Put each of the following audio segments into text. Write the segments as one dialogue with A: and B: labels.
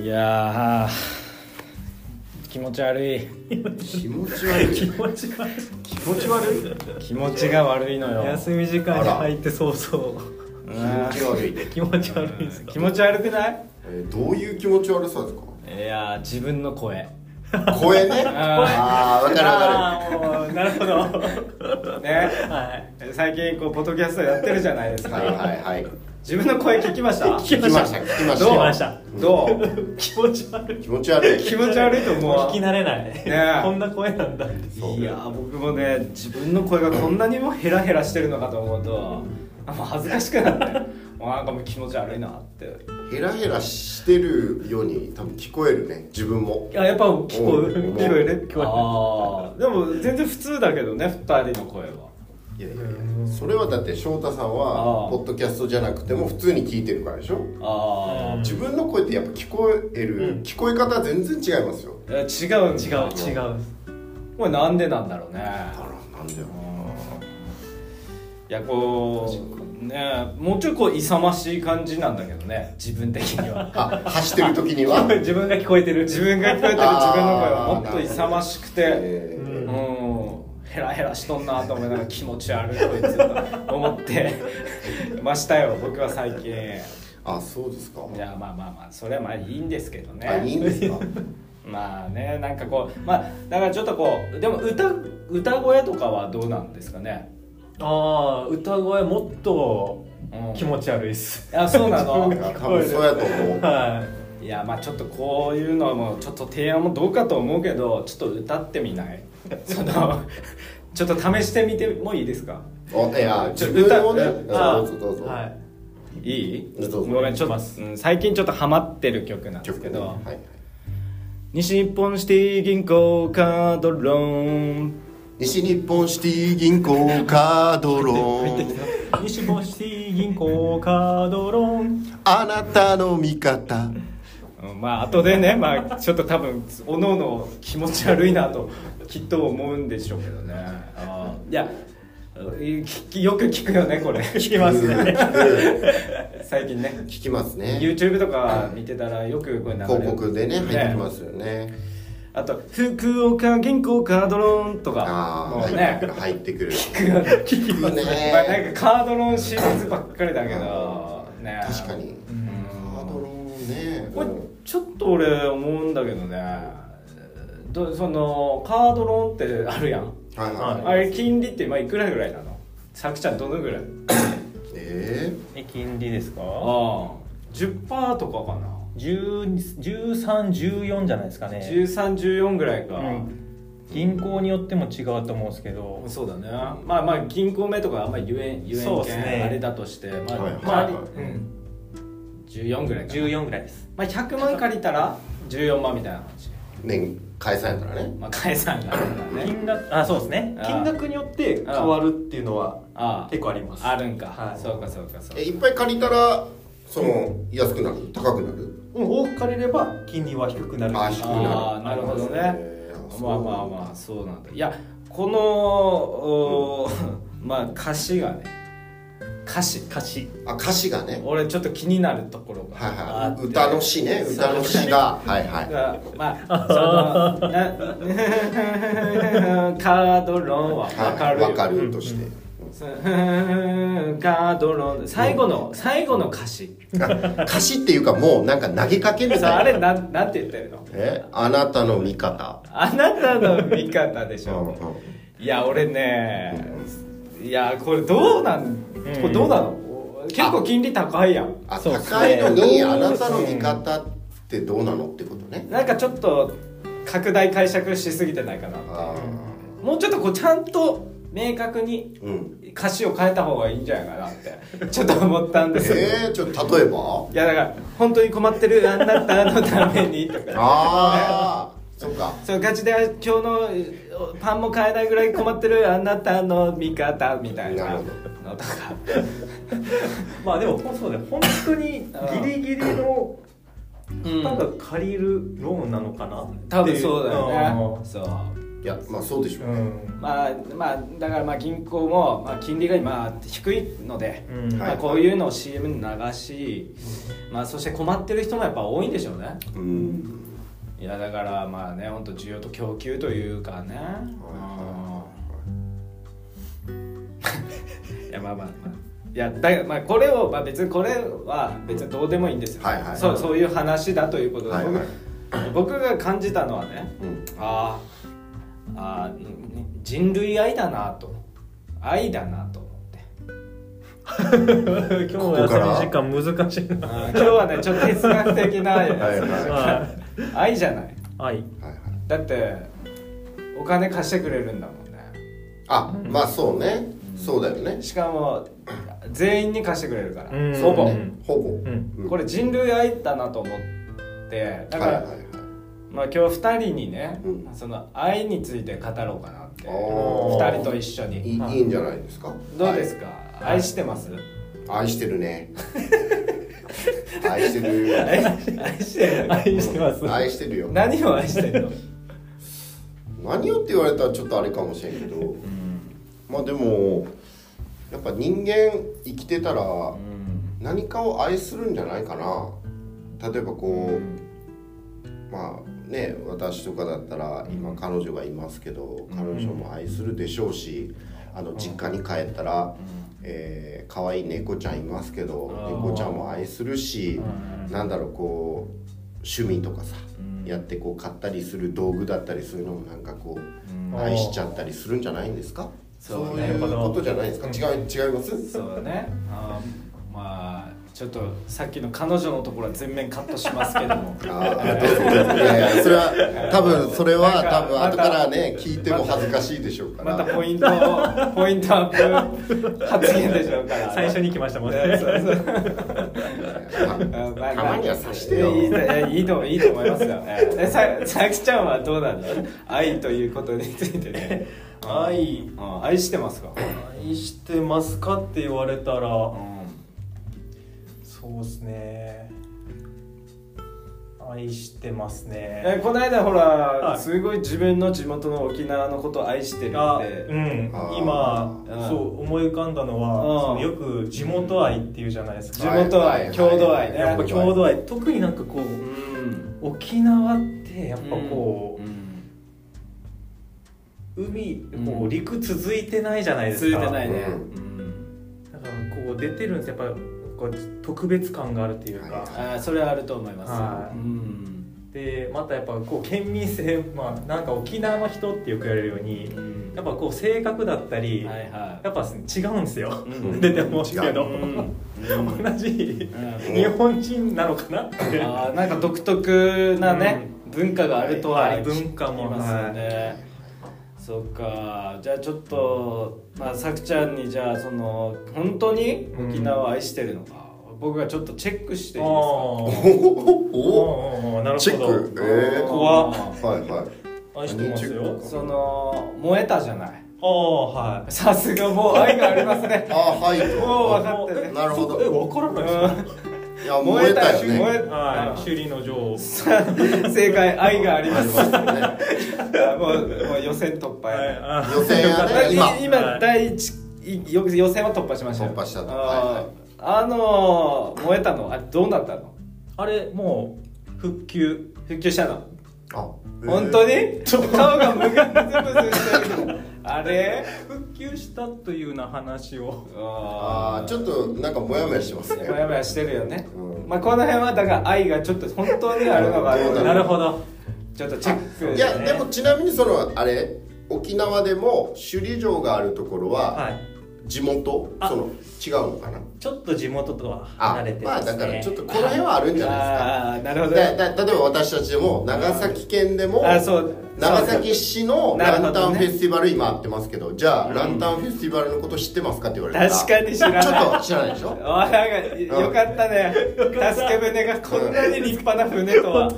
A: いやー気持ち悪い
B: 気持ち悪い
C: 気持ち悪い
B: 気持ち悪い
A: 気持ちが悪いのよ
C: 休み時間に入って早々
A: うん
B: 気持ち悪いね、
C: 気持ち悪いですか
A: 気持ち悪くない
B: えーどういう気持ち悪さですか
A: いやー自分の声
B: 声ねあ
A: あ
B: あわかるわ
C: あーもうなるほど
A: ね
C: はい
A: 最近こうポッドキャストやってるじゃないです
B: か
A: か、
B: るはいはいはい
A: 自分の声聞きました
B: 聞きました聞きました
A: どう
C: 聞きました
A: どう
C: 気持ち悪い
B: 気持ち悪い
A: 気持ち悪いと思う
C: 聞き慣れない、
A: ね
C: こんな声なんだって
A: いやー僕もね自分の声がこんなにもヘラヘラしてるのかと思うとあもう恥ずかしくなってもうなんかもう気持ち悪いなって
B: ヘラヘラしてるように多分聞こえるね自分も
C: あやっぱ聞こえ
B: う
C: る
B: ん
C: 聞こえる聞こ
A: ああでも全然普通だけどね2人の声はい
B: やいやいやそれはだって翔太さんは
A: あー
B: ポッドキャストじゃなくても普通に聞いてるからでしょ
A: あ
B: 自分の声ってやっぱ聞こえる、聞こえ方は全然違いますよ
A: あ違う
C: え
A: 違
C: る
A: う
C: 違う違う
A: これなんでなんだろうね
B: あらなんだよ
A: いやこうねもうちょいこう勇ましい感じなんだけどね自分的には
B: あ走ってる時に は
C: 自分が聞こえてる
A: 自分が聞こえてる自分の声はもっと勇ましくて
B: え
A: う
B: ー
A: んヘラヘラしとんなと思いながら気持ち悪いこいつと思ってましたよ僕は最近
B: あそうですか
A: いやまあまあまあそれはまあいいんですけどね
B: あいいん ですか
A: まあねなんかこうまあだからちょっとこうでも歌歌声とかはどうなんですかね、
C: ああ歌声もっと
A: うん
C: 気持ち悪いっす、
A: あそうな
C: 自
A: の
C: 分が
B: 多
C: 聞こえ
B: 分
C: る
B: そうやと思う
C: はい
A: いやまあちょっとこういうのはもうちょっと提案もどうかと思うけどちょっと歌ってみないそのちょっと試してみてもいいですか
B: おい や
A: ちょ
B: 自分もね
A: 歌
B: どうぞどうぞ、
C: はい
A: いい
B: どうぞ
A: ごめんちょっと、うん最近ちょっとハマってる曲なんです
B: 曲
A: け
B: ね
A: ど、
B: はいはい
A: 西日本シティ銀行カードローン
B: 西日本シティ銀行カードローン
C: 西本シティ銀行カードローン
B: あなたの味方
A: うんまあ後で ね、まあ、ちょっと多分おのおの気持ち悪いなときっと思うんでしょうけどねあーいや聞きよく聞くよねこ れ聞きますね 最近ね
B: 聞きますね
A: YouTube とか見てたらよくこれ流れる
B: 広告でね入ってきますよね
A: あと「福岡銀行カードローン」とか
B: あ
A: も
B: あ
A: う
B: 入っ
A: ね
B: てくる入ってくる
A: 聞くよね
B: 聞く
A: まあなん
B: ね
A: かカードローンシリーズばっかりだけどね
B: 確かにカードローンね
A: これちょっと俺思うんだけどねどそのカードローンってあるやん
B: はいはい
A: あれ金利って今いくらぐらいなのさくちゃんどのぐらい
B: え
C: え金利ですか
A: ああ10%とかかな
C: 1314じゃないですかね、
A: 1314ぐらいか、
C: うん、銀行によっても違うと思うんですけど
A: そうだねまあまあ銀行名とかあんまり言えん言え
C: そ
A: ん
C: うっ
A: け
C: す
A: ん、
C: ね
A: あれだとしてまあ、
B: はいはい
A: まあ
C: うん、
A: 14ぐらいかな、
C: 14ぐらいです
A: まあ、100万借りたら14万みたいな感じ、
B: え年返さんやったらね
A: まあ、返さんがあるからね
C: 金額あそうですね
A: あー
C: 金額によって変わるっていうのは
A: あ
C: 結構あります
A: ああるんか、
C: はい
A: そうかそうかそうか
B: えいっぱい借りたらその安くなる高くなる
C: うん多く借りれば金利は低くなる
B: あー低くなる
A: あーなるほどね
B: えー
A: まあまあまあそうなんだいやこのおー、 まあ歌詞がね歌詞歌詞
B: あ歌詞がね
A: 俺ちょっと気になるところが
B: はい
A: あ
B: は
A: っ
B: い
A: て
B: 歌の詩ね歌の詩がはいはい
A: がまあそのな カードローンは分かるよ、
B: わ かるとして、
A: そのカードローン最後の、最後の歌詞
B: あ歌詞っていうかもうなんか投げかけみたい
A: さ
B: な
A: ああれなんなんて言ってるの
B: えあなたの味方
A: あなたの味方でし
B: う
A: ょ、
B: んうん
A: いや俺ねいやこれどうなんこれどうなの、結構金利高いやん
B: あ
C: そうっすね
B: 高いのにあなたの味方ってどうなのってことね
A: なんかちょっと拡大解釈しすぎてないかな
B: あ
A: もうちょっとこうちゃんと明確に
B: ーうん
A: 歌詞を変えた方がいいんじゃないかなってちょっと思ったんですよ、
B: えー、ちょっと例えば
A: いやだから本当に困ってるあなたのためにとか
B: ああそっか
A: そうガチで今日のパンも買えないぐらい困ってるあなたの味方みたいなのとか
C: まあでもそうね本当にギリギリの
A: うん
C: なんか借りるローンなのかな
A: 多分そうだよ
C: っ
A: ねそう
C: ていう
B: いやまあそうでしょうね、
A: まあまあ、だからまあ銀行も、まあ、金利が今低いので、
C: うん
A: まあ、こういうのを CM に流し、まあ、そして困ってる人もやっぱ多いんでしょうね
B: うん
A: いやだからまあね本当需要と供給というかね、うんいやまあまあまあいやだまあこれを、まあ、別にこれは別にどうでもいいんですよ、
B: はいはい
A: そうそういう話だということで、
B: はいはい
A: 僕僕が感じたのはね
B: うん
A: あーあーに人類愛だなと愛だなと思っ て
C: 今日の休み時間難しいな。
A: あー今日はねちょっと哲学的な
B: はいはいはい
C: は
A: 愛じゃない
C: い。は
B: は
C: い。
B: いはい
A: だってお金貸してくれるんだもんね
B: あまあそうねそうだよね
A: しかも全員に貸してくれるから
C: うん
A: ほぼ、
B: ねほぼ
C: うん。
B: うん
A: これ人類愛だなと思ってだから、
B: はいはいはい
A: まあ、今日2人にね、
B: うん
A: その愛について語ろうかなって2
B: おー
A: 人と一緒に
B: いいいいんじゃないですか
A: どうですか、愛してます
B: はい愛して るね愛してるよ
A: え愛してる
C: 愛してます。
B: 愛してるよ
A: 何を愛してるの
B: 何をって言われたらちょっとあれかもしれんけどまあでもやっぱ人間生きてたら何かを愛するんじゃないかな例えばこうまあね私とかだったら今彼女がいますけど彼女も愛するでしょうしあの実家に帰ったら、えー、可愛い猫ちゃんいますけど
A: あー
B: 猫ちゃんも愛するしなんだろうこう趣味とかさやってこう買ったりする道具だったりそういうのもなんかこう愛しちゃったりするんじゃないんですか
A: そう
B: そう
A: ね
B: いうことじゃないですか違い違います
A: そうねあーまあちょっとさっきの彼女のところは全面カットしますけども
B: あーあどうぞどうぞいやいやそれは多分それ
A: な
B: は
A: んか
B: 多分
A: ま
B: 後
A: た
B: からね聞いても恥ずかしいでしょうか
A: ま
B: ら
A: たポイントをポイントアップ発言でしょうから
C: 最初に来ましたもん
A: ね
C: ね。
A: そうそう
B: た
A: まあ
B: たまにはさしてよ
A: いいといいといいと思いますよねえささきちゃんはどうなの愛ということについてね
C: 愛
A: うん愛してますか
C: 愛してますかって言われたら、
A: う
C: そうですね。愛してます
A: え
C: ね。
A: この間ほら、
C: い
A: すごい自分の地元の沖縄のことを愛してるって
C: あ、
B: あ。
C: うん
B: ー
C: 今
A: うん
C: そう思い浮かんだのは、
A: うん
C: そのよく地元愛っていうじゃないです
A: 地
C: か。
B: はい
A: 元愛、郷土愛ね
B: はい
C: やっぱ郷土愛、特になんか
A: う
C: こうん沖縄ってやっぱこ
A: う
C: う。
A: ん
C: 海
A: う
C: こ
A: ん
C: う陸続いてないじゃないです
A: 続い
C: か、
A: てないね、
B: う
C: だからこう出てるんですやっぱこう特別感があるっていうか、
B: はい
A: あーそれはあると思います、
C: はい
A: うん
C: でまたやっぱこう県民性まあなんか沖縄の人ってよく言われるように
A: うん
C: やっぱこう性格だったり、
A: はいは
C: やっぱ違うんですよ、
A: うん
C: 出て思うんですけ
A: い
C: ど、
A: うん
C: 同じ
A: うん
C: 日本人なのかなって、
A: あーなんか独特なね、文化があるとは、
C: はい文化も
A: 聞きますよね、そっかじゃあちょっとまあさくちゃんにじゃあその本当に沖縄を愛してるのか、僕がちょっとチェックしていいですか
C: お
B: おお
C: ーおーおーなる
B: チェ
C: ほ
B: ッ
C: ど
B: クえー
C: 怖っ
B: はいはい
C: 愛してますよ
A: その燃えたじゃない
C: ああはい
A: さすがもう愛がありますね
B: あはい
A: もう分か
C: あ
A: ってるね
B: なるほど
C: え、わからないですか
B: いや燃えたよね
A: 燃え
C: はい、
A: た
C: 修理の女王。
A: 正解愛があり
B: あ
A: ま
B: り
A: す
B: ますね
A: もうもう予選突破やね、
C: は
B: 予選やね今
A: 今今、
C: はい
A: 第一いよ予選は突破しましたよ
B: 突破したとはい
A: あ
B: はい
A: ー、あのー燃えたのあれどうなったの
C: いあれ、もう復旧。
A: 復旧したの、
B: あ
A: 本当
B: え
A: に 顔がむがむずむずしてるけどあれ
C: 復旧したというような話を。
B: ーあーちょっとなんかモヤモヤしてます
A: も
B: ね
A: やもやしてるよね、
B: うん
A: まあこの辺はだから愛がちょっと本当にあるのか
B: どう
C: な
B: だろ
C: る
B: う
C: ほど。
A: ちょっとチェック
B: いやでもちなみにそのあれ沖縄でも首里城があるところ
C: は。
B: はい地元、
C: あ
B: その違うのかな
C: ちょっと地元とは
B: あ
C: 離れて
B: ま
C: ま
B: あ
C: すね。
B: だからちょっとこの辺はあるんじゃない
A: ああーなるほど
B: ですかだだ例えば私たちでも長崎県でも
A: あそう
B: 長崎市の
A: なるほ
B: ラ
A: ど
B: ン
A: ね
B: タンフェスティバル今やってますけどじゃあランタンフェスティバルのこと知ってますかって言われたら
A: 確かに知らない
B: ちょっと知らないでしょ
A: ああなんかよかったね助け舟がこんなに立派な船とは
B: うん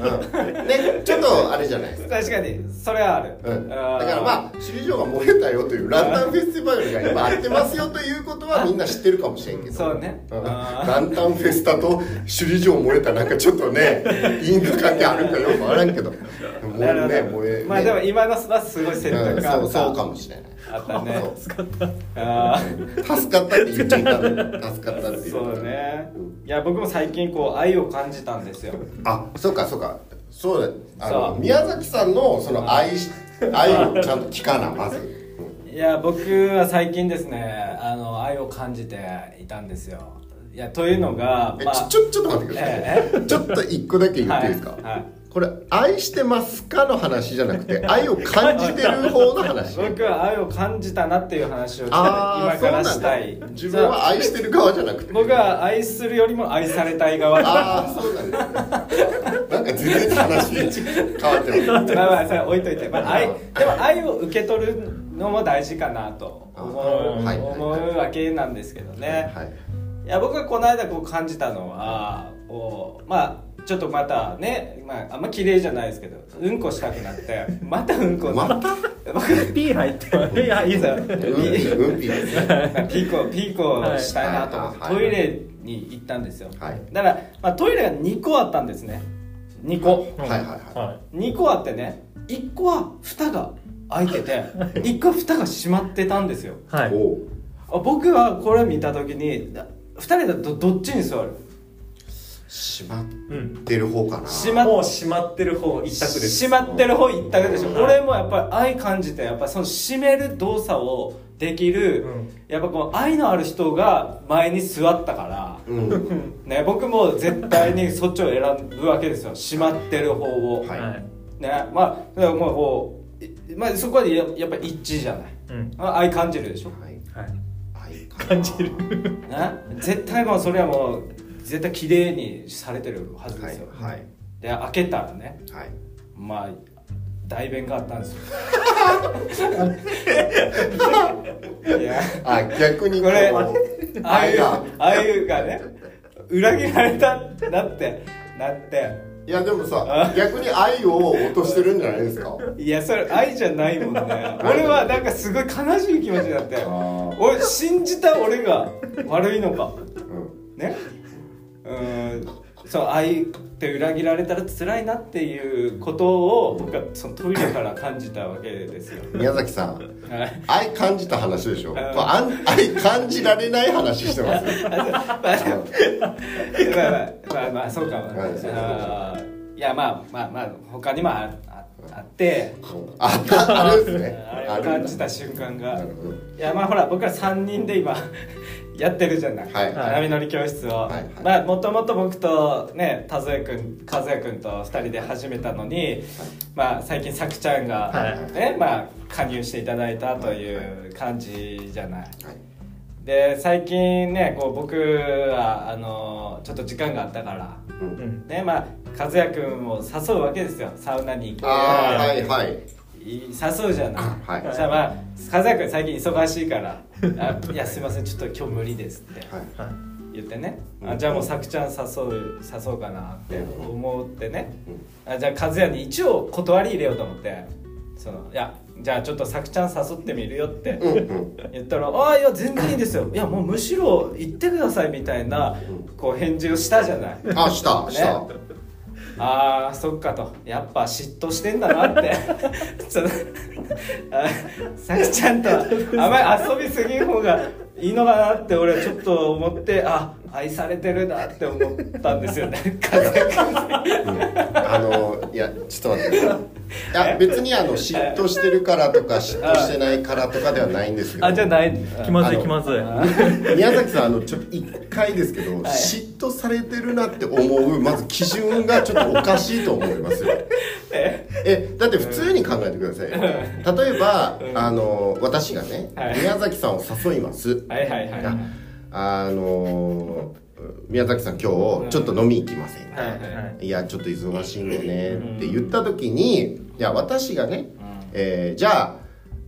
B: ねちょっとあれじゃないですか
A: 確かにそれはある、
B: うん、だ
A: あー
B: からまあ首里城が燃えたよというランタンフェスティバルが今やってますよということはみんな知ってるかもしれんけど
A: そうね
B: ん
A: あー
B: ランタンフェスタと首里城燃えたなんかちょっとね因果関係あるんかよくわからんけどもう
A: なるほど
B: ね燃え
A: まあでも今のはすごい選
B: う
A: 択
B: ん
A: があ
B: そ
A: っ
B: う
A: た
B: そうかもしれない
A: あったね
B: そう
C: 使った
A: あ
B: 助かったって言っちゃいたの助かったって
A: ー
B: 言
A: そうだ
B: た
A: ね
B: うん
A: いや僕も最近こう愛を感じたんですよ
B: あそうかそうかそうだあ
A: そ
B: の
A: う
B: 宮崎さんのその愛し愛をちゃんと聞かなまず
A: いや僕は最近ですねあの愛を感じていたんですよいやというのが
B: え
A: ま
B: ちょ
A: あ
B: ちょちょっと待ってくだ
A: え
B: さいちょっと一個だけ言っていいですか、
A: はいはい
B: これ「愛してますか?」の話じゃなくて愛を感じてる方の話
A: 僕は愛を感じたなっていう話をちょっと
B: ああ
A: 今から
B: そう
A: したい
B: なんだ自分は愛してる側じゃなくて
A: 僕は愛するよりも愛されたい側
B: ああそうなんですねなんか全然話変わってま
A: ますあまあそれ置いといて、まあ、愛でも愛を受け取るのも大事かなと思う,、
B: あはい
A: 思うわけなんですけどね、い
B: はい
A: や僕がこの間こう感じたのはこうまあちょっとまたね、まあ、あんま綺麗じゃないですけどうんこしたくなって またうんこ
B: また
A: 僕
C: ピー入っていやいいぞ
B: うんうんぴですね
A: ピーコピーコしたいなと思って、
B: はい
A: トイレに行ったんですよ、
B: はい
A: だから、まあ、トイレが2個あったんですね2個
B: はいはいはい
C: は
A: 2個あってね1個は蓋が開いて て1個は蓋が閉まってたんですよ
C: いはい
B: おう
A: あ僕はこれ見た時に2人だとどっちに座る
B: しまっ
C: うん
B: てる方かな
A: 閉まっ
C: もう閉まってる方一択です
A: 閉まってる方一択でしょ、
C: はい
A: 俺もやっぱり愛感じてやっぱその閉める動作をできる、
C: うん
A: やっぱこう愛のある人が前に座ったから、
B: うんは
A: ね、僕も絶対にそっちを選ぶわけですよ閉まってる方を、
B: い
C: はい
A: ねまあだからもうこういまあそこはややっぱ一致じゃない
C: うん
A: あ愛感じるでしょ、
B: い
C: はい
B: はい
C: 感じる
A: ね、絶対もうそれはもう絶対綺麗にされてるはず
B: は
A: で
B: い
A: すよ、
B: はい
A: で開けたらね
B: はい
A: まあ代弁があったんですよいや
B: あ逆に
A: これ
B: こ
A: ああいう
B: が
A: あゆがね裏切られたなってなって
B: いやでもさ逆に愛を落としてるんじゃないですか
A: いやそれ愛じゃない もんね俺はなんかすごい悲しい気持ちになって
B: あ
A: 俺信じた俺が悪いのか
B: うん
A: ねうーんそう愛って裏切られたら辛いなっていうことを僕はそのトイレから感じたわけですよ。
B: 宮崎さん
A: はい
B: 愛感じた話でしょ
A: ん
B: こうあん愛感じられない話してます
A: あそうまあまあまあまあまあそうかも
B: はいそうそうそう
A: あーいやまあまあまあ他にもあああって
B: あああれですね
A: あれを感じた瞬間
B: な
A: が
B: るほど
A: いやまあほら僕ら3人で今 やってるじゃない、
B: はい
A: 波乗り教室を、
B: はいはい
A: まあもともと僕とね田添君和也君と2人で始めたのに、まあ最近さくちゃん
C: は
A: が
C: い
A: ね、まあ加入していただいたという感じじゃない、
B: はい
A: で最近ねこう僕はあのちょっと時間があったから
B: うん
A: ねまあ和也君を誘うわけですよサウナに行く
B: ああはいはい
A: 誘うじゃない、
B: はい
A: じゃあまあ和也君最近忙しいから「あいやすいませんちょっと今日無理です」って
B: はい
C: はい
A: 言ってね、
B: うん
A: あじゃあもうさくちゃん誘う誘おうかなって思ってね、
B: う
A: あじゃあ和也に一応断り入れようと思ってそのいやじゃあちょっとさくちゃん誘ってみるよって
B: うんうん
A: 言ったら「ああいや全然いいですよいやもうむしろ行ってください」みたいな
B: う
A: こう返事をしたじゃない。
B: あした
A: ね
B: した
A: あーそっかとやっぱ嫉妬してんだなって そのあさきちゃんと はあまり遊びすぎる方がいいのかなって俺はちょっと思ってあ愛されてるなって思ったんですよね 風
B: あのいやちょっと待ってくださいいや別にあの嫉妬してるからとか嫉妬してないからとかではないんですけど
A: あじゃあない
C: 気まずい
B: あの
C: 気まずい
B: 宮崎さんあのちょっと一回ですけど、
A: はい
B: 嫉妬されてるなって思うまず基準がちょっとおかしいと思いますよ
A: え
B: えだって普通に考えてください、例えば、
A: うん
B: あの私がね、
A: はい
B: 宮崎さんを誘います
A: はいはいはい
B: ああの宮崎さん今日ちょっと飲み行きませんか、
A: はいはいはい
B: いやちょっと忙しいんでねって言った時にいや私がね、えーじゃあ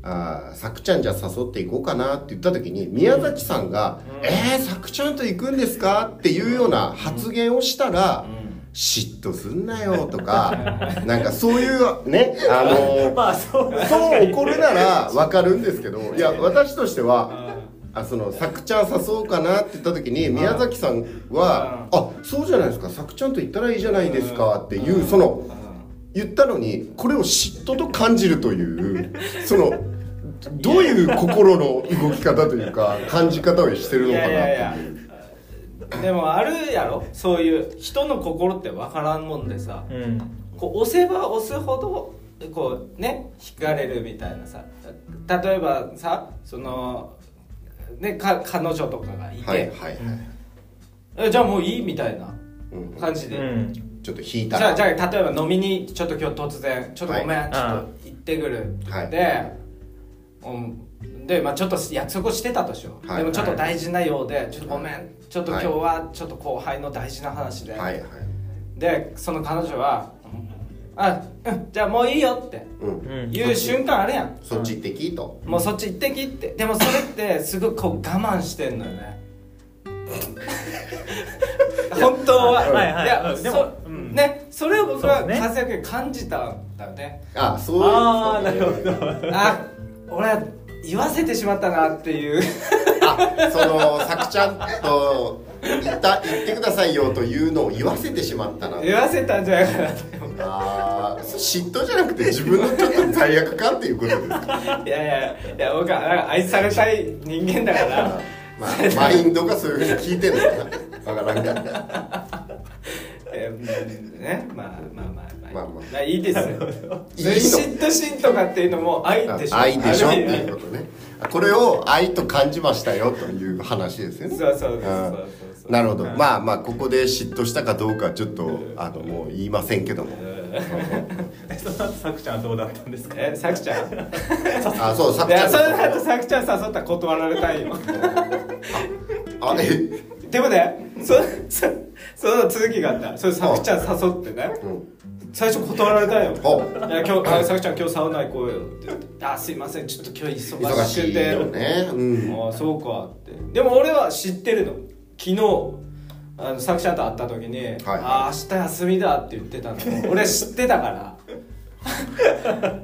B: あーさくちゃんじゃあ誘っていこうかなって言った時に宮崎さんが「えー、さくちゃんと行くんですか?」っていうような発言をしたら「嫉妬すんなよ」と かなんかそういうねあのー
C: まあそう
B: そう怒るならわかるんですけどいや私としては
A: あ
B: あそのさくちゃん誘おうかなって言った時に宮崎さんは「あそうじゃないですかさくちゃんと行ったらいいじゃないですか」っていうその
A: うん
B: 言ったのにこれを嫉妬と感じるというそのどういう心の動き方というか感じ方をしてる
A: い
B: のかな
A: や
B: っ
A: い
B: て
A: やい
B: いう
A: やでもあるやろそういう人の心って分からんもんでさ
C: うん
A: こう押せば押すほどこうね惹かれるみたいなさ例えばさそのねか彼女とかがいて、
B: はいはいはい、
A: えじゃあもういいみたいな
B: うん
A: 感じで、
C: うん
B: ちょっと引い
A: じ
B: た
A: ゃ
B: ら
A: あじゃあ例えば飲みにちょっと今日突然ちょっとごめん、
B: は
A: ちょっと行ってくる、
B: はい
A: で、うん、でまあちょっと約束してたとしよう、
B: はい
A: でもちょっと大事なようでちょっとごめんちょっと今日はちょっと後輩の大事な話で、
B: はいはい
A: でその彼女は「あうんじゃあもういいよ」って
B: うん
C: うん
A: 言う瞬間あるやん
B: そっち行ってきいと
A: もうそっち行ってきってでもそれってすごくこう我慢してんのよ ね本当は、
C: はいはいはい
A: や
C: うんでも
A: そ
C: うん
A: ねそれを僕は
C: そうですね
A: 活躍感じたんだよね
B: あそういう
C: ああなるほ
B: そうね
C: ど
A: あ俺は言わせてしまったなっていう
B: あそのさくちゃんと行った行ってくださいよというのを言わせてしまったな
A: 言わせたんじゃないかなって
B: あー嫉妬じゃなくて自分のちょっと罪悪感っていうことですか
A: いやいやいや僕はなんか愛されたい人間だから
B: まあ、マインドがそういうふうに聞いてるのかなわからんか
A: えーうんねまあまあまあまあ、
B: まあまあ
A: いいですよ
B: いいの
A: 嫉妬心とかっていうのも愛でしょ
B: ら愛でしょっ
A: あ
B: て
A: る意味
B: いうことねこれを愛と感じましたよという話ですよね
A: そうそうそうそう
B: あ
A: そうそ
B: ー
A: う
B: なるほど
A: うん
B: まあまあここで嫉妬したかどうかちょっとあのもう言いませんけども
C: えその後さくちゃんはどうだったんですか
A: えさくちゃんい
B: あそうさくちゃ
A: や
B: ん
A: それだ
B: の
A: とさくちゃん誘ったら断られた いよ
B: あえ
A: でもねそそその続きがあったそれさくちゃん誘ってね
B: うん
A: 最初断られたよ
B: ほ
A: いうや今日あさくちゃん今日サウナ行こうよって言ってあすいませんちょっと今日忙
B: 忙
A: しく
B: していよねうん
A: ああそうかってでも俺は知ってるの昨日あのさくちゃんと会った時に「ああ明日休みだ」って言ってたの俺知ってたから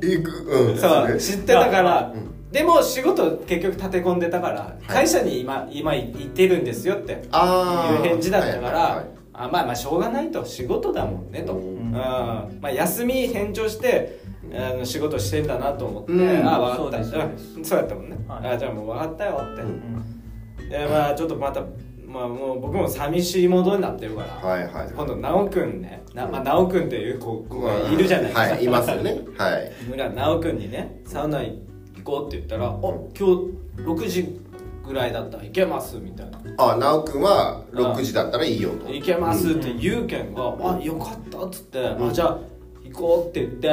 B: 行くうん
A: そう
B: す
A: 知ってたから、でも仕事結局立て込んでたから、会社に今今行ってるんですよっていう
B: あー
A: 返事だったから、
B: はいはいはい
A: あまあまあしょうがないと仕事だもんねと、
B: う
A: うんんまあ、休み返上してあの仕事してんだなと思って、
B: うん
A: ああ分かった
C: そうです
A: うんそうやったもんね、
C: はい
A: あじゃあもう分かったよって、
B: うん
A: でまあちょっとまた、まあ、もう僕も寂しいモードになってるから、
B: はいはいはい
A: 今度直くんねな、まあ、直くんっていう子子がいるじゃないですか、
B: はいいますよねはい
A: 村直君にねサウナ行こうって言ったら「あ今日6時ぐらいだったら行けます」みたいな
B: あ直くんは6時だったらいいよ
A: 「
B: と
A: 行けます」って言うけんが「あよかった」っつって「あじゃあ行こう」って言って、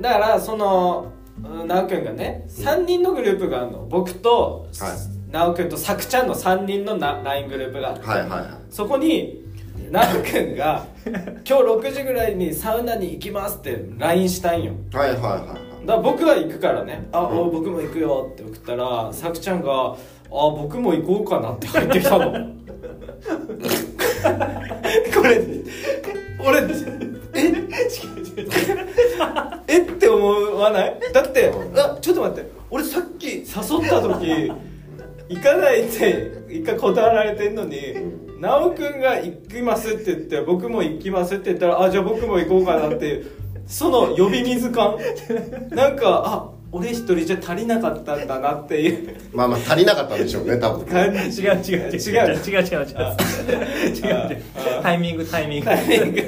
A: だからそのうん直君がね3人のグループがあるの僕と、
B: はい
A: 直君とさくちゃんの3人のな LINE グループがあって
B: はいはいはい
A: そこに直君が「今日6時ぐらいにサウナに行きます」って LINE したんよ。
B: はいはいはいはい
A: だから僕は行くからね「あ、お僕も行くよ」って送ったらさくちゃんが「あ僕も行こうかな」って入ってきたのこれ俺ええって思わないだってあちょっと待って俺さっき誘った時行かないって一回断られてんのに直くんが「行きます」って言って僕も行きますって言ったら「あじゃあ僕も行こうかな」っていうその呼び水感なんかあ俺一人じゃ足りなかったんだなっていう
B: まあまあ足りなかったんでしょうね多分
A: 感
C: 違う
A: じ
C: 違う違う違う違う違う違う違う
A: あ
C: タイミングタイミング
A: タイミング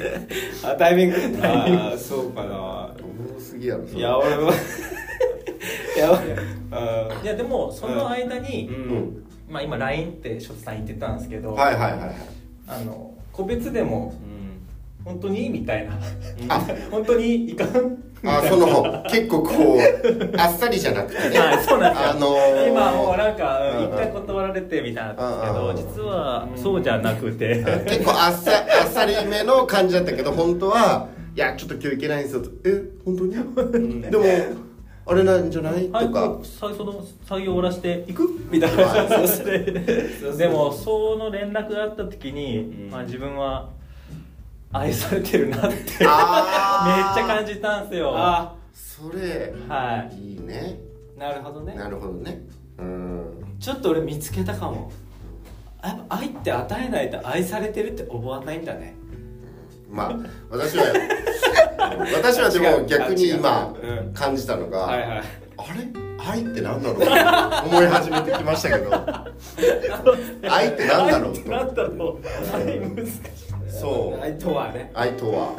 A: あタイミングあーそうかな
B: 多すぎやろそれ
A: いや俺もいや俺あ
C: いやでもその間に、
A: ーう
B: うんん
C: まあ今 LINE ってしょっさん言ってたんですけど、
B: はいはいはいはい
C: あの個別でも
A: うん
C: 本当にみたいな
B: あ
C: 本当にいかん
B: あその結構こうあっさりじゃなくてね
C: はいそうなんですよ
B: あのー
C: 今もうなんか
B: うん
C: 一回断られてみたいなん
B: うん
C: ですけど実はそうじゃなくて
B: 結構あっさあっさりめの感じだったけど本当はいやちょっと今日行けないんですよとえ本当にでもあれなんじゃない
C: はい
B: とか
C: 最初の作業を終わらせていくみたいな感じで
A: そうそう
C: でもその連絡があった時に、
A: ん
C: まあ、自分は愛されてるなってめっち
B: あー
C: ゃ感じたんすよは
A: あ
B: それ
C: い
B: いいね
A: なるほどね
B: なるほどねうん
A: ちょっと俺見つけたかもやっぱ愛って与えないと愛されてるって思わないんだね
B: まあ私は私はでも 逆に
A: 違う違う
B: 今
A: うん
B: 感じたのが、
A: はいはい
B: あれ愛ってなんだろうと思い始めてきました けど愛ってなんだろう
C: な
B: と
C: んだろうあれ難しい
B: そう
A: 愛とはね
B: 愛とは、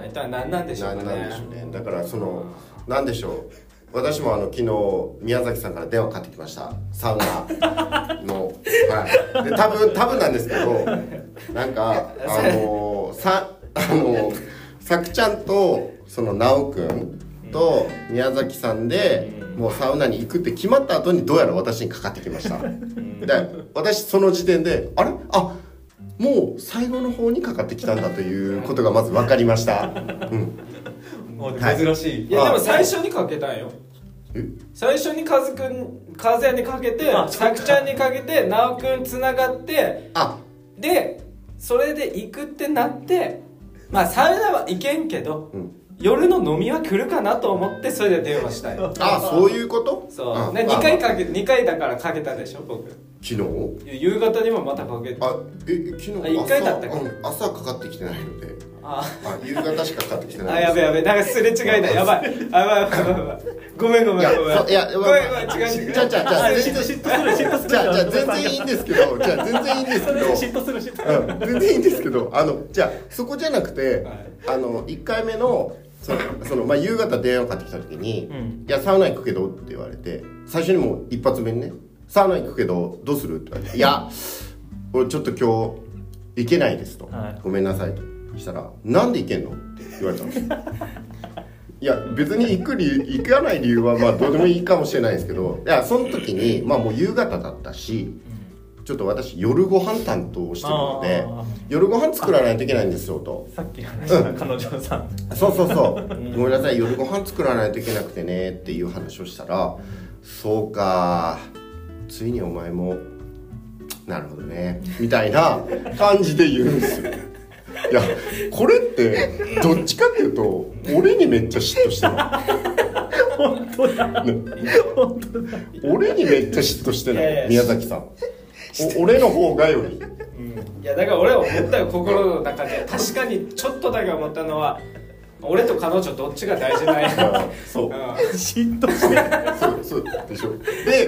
A: 愛
B: う、
A: とは何なんでしょうんか
B: なん
A: ね
B: なんでしょうねだからそのなんでしょう私もあの昨日宮崎さんから電話かかってきましたサウナのはいで多分多分なんですけどなんかあのさあのさくちゃんとその直くんと宮崎さんでもうサウナに行くって決まった後にどうやら私にかかってきましたで私その時点であれあもう最後の方にかかってきたんだということがまず分かりました、うん、
C: あ珍しい
A: いやでも最初にかけたんよ
B: え
A: 最初にカズくんカズヤにかけて
C: あ
A: さくちゃんにかけてなおくんつながって
B: あ
A: でそれで行くってなってまあサウナは行けんけど、
B: うん
A: 夜の飲みは来るかなと思ってそれで電話したい
B: あそういうこと
A: そう
B: あ
A: ね
B: まあ
A: 2回かけ2回だからかけたでしょ僕
B: 昨日
A: 夕方にもまたかけて
B: あえ昨日
A: あ
B: 朝
A: 一回だったっけ
B: うん朝かかってきてないので
A: あ
B: あ夕方しかかかってきてない
A: あやべや
B: べ
A: べなんかすれ違いだやばいやばいやばいやばいやばいごめんごめんごめん
B: いや
A: ごめんご
B: そいや
A: めんごめん違う違う
B: じゃあじゃあじゃあ全然
C: 嫉妬する嫉妬する
B: じゃあじゃあ全然いいんですけどじゃあ全然いいんです
C: それ
B: け
C: 嫉妬する嫉妬す
B: ど、
C: る
B: うん、全然いいんですけどあのじゃあそこじゃなくて、
A: はい
B: あの1回目のそのその、まあ、夕方電話かかってきた時に
A: う
B: 「
A: ん
B: いやサウナ行くけど」って言われて最初にもう一発目にね「サウナ行くけどどうする?」って言われて「いや俺ちょっと今日行けないです」と
C: はい
B: ごめんなさい」としたら「なんで行けんの?」って言われたんですよいや別に行く理由行かない理由はまあどうでもいいかもしれないですけどいやその時にまあもう夕方だったしちょっと私夜ご飯担当をしてるので
C: あー
B: 夜ご飯作らないといけないんですよと
C: さっき話した彼女さん
B: そうそうそうごめんなさい夜ご飯作らないといけなくてねっていう話をしたらそうかついにお前もなるほどねみたいな感じで言うんですよいやこれってどっちかっていうと俺にめっちゃ嫉妬してる
C: 本当だ本当だ
B: 俺にめっちゃ嫉妬してない
A: いやいや
B: 宮崎さんお俺の方がより
A: いやだから俺は思ったよ心の中で確かにちょっとだけ思ったのは俺と彼女どっちが大事なん や、
B: そううん
C: 嫉妬してる
B: そうそうでしょで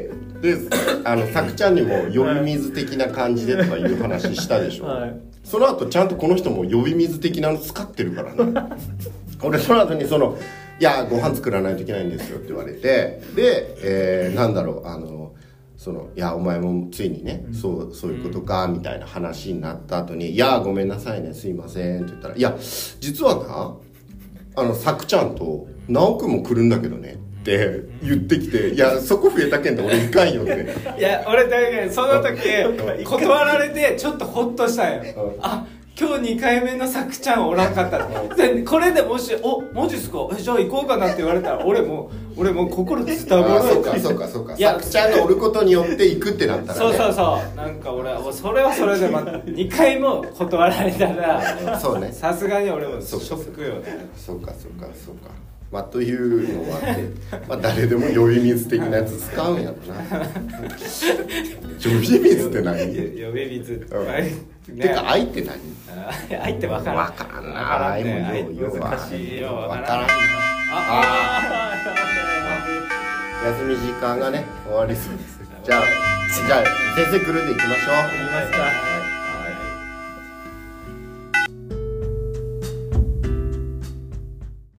B: でであのさくちゃんにも呼び水的な感じでとかいう話したでしょ、
C: はい
B: その後ちゃんとこの人も呼び水的なの使ってるからね俺その後にその「いやご飯作らないといけないんですよ」って言われてで、えーなんだろうあのその「いやお前もついにね、そうそういうことか」みたいな話になった後に「いやごめんなさいねすいません」って言ったら「いや実はなあのさくちゃんと直くんも来るんだけどね」って言ってきて「いやそこ増えたけんって俺いかんよ」って。
A: いや俺だけその時断られてちょっとホッとしたんよ
B: うん
A: あ今日2回目のさくちゃんおらんかったでこれでもし「おマジっすかえじゃあ行こうかな」って言われたら俺もう俺もう心ずたぼ
B: あ
A: ろ
B: そう
A: い
B: かそうかそうか
A: いや
B: さくちゃんがおることによって行くってなったらね
A: そうそうそうなんか俺はおそれはそれでまた2回も断られたら
B: そうね
A: さすがに俺もシ
B: そうか
A: ョックよね
B: そうかそうかそうかまあというのはあって、まあ、誰でも呼び水的なやつ使うんやろな呼び水って何て
A: 呼び水って
B: うんか
A: ね
B: 愛って何
A: 愛って分からん
B: 分からんな
A: 分からんね
B: 愛もようようは
A: 難しいよ
B: 分からん
A: 分からんあ
B: 休み時間がね終わりそうですじゃあじゃあ先生来るんで行きましょう
A: あ言いますか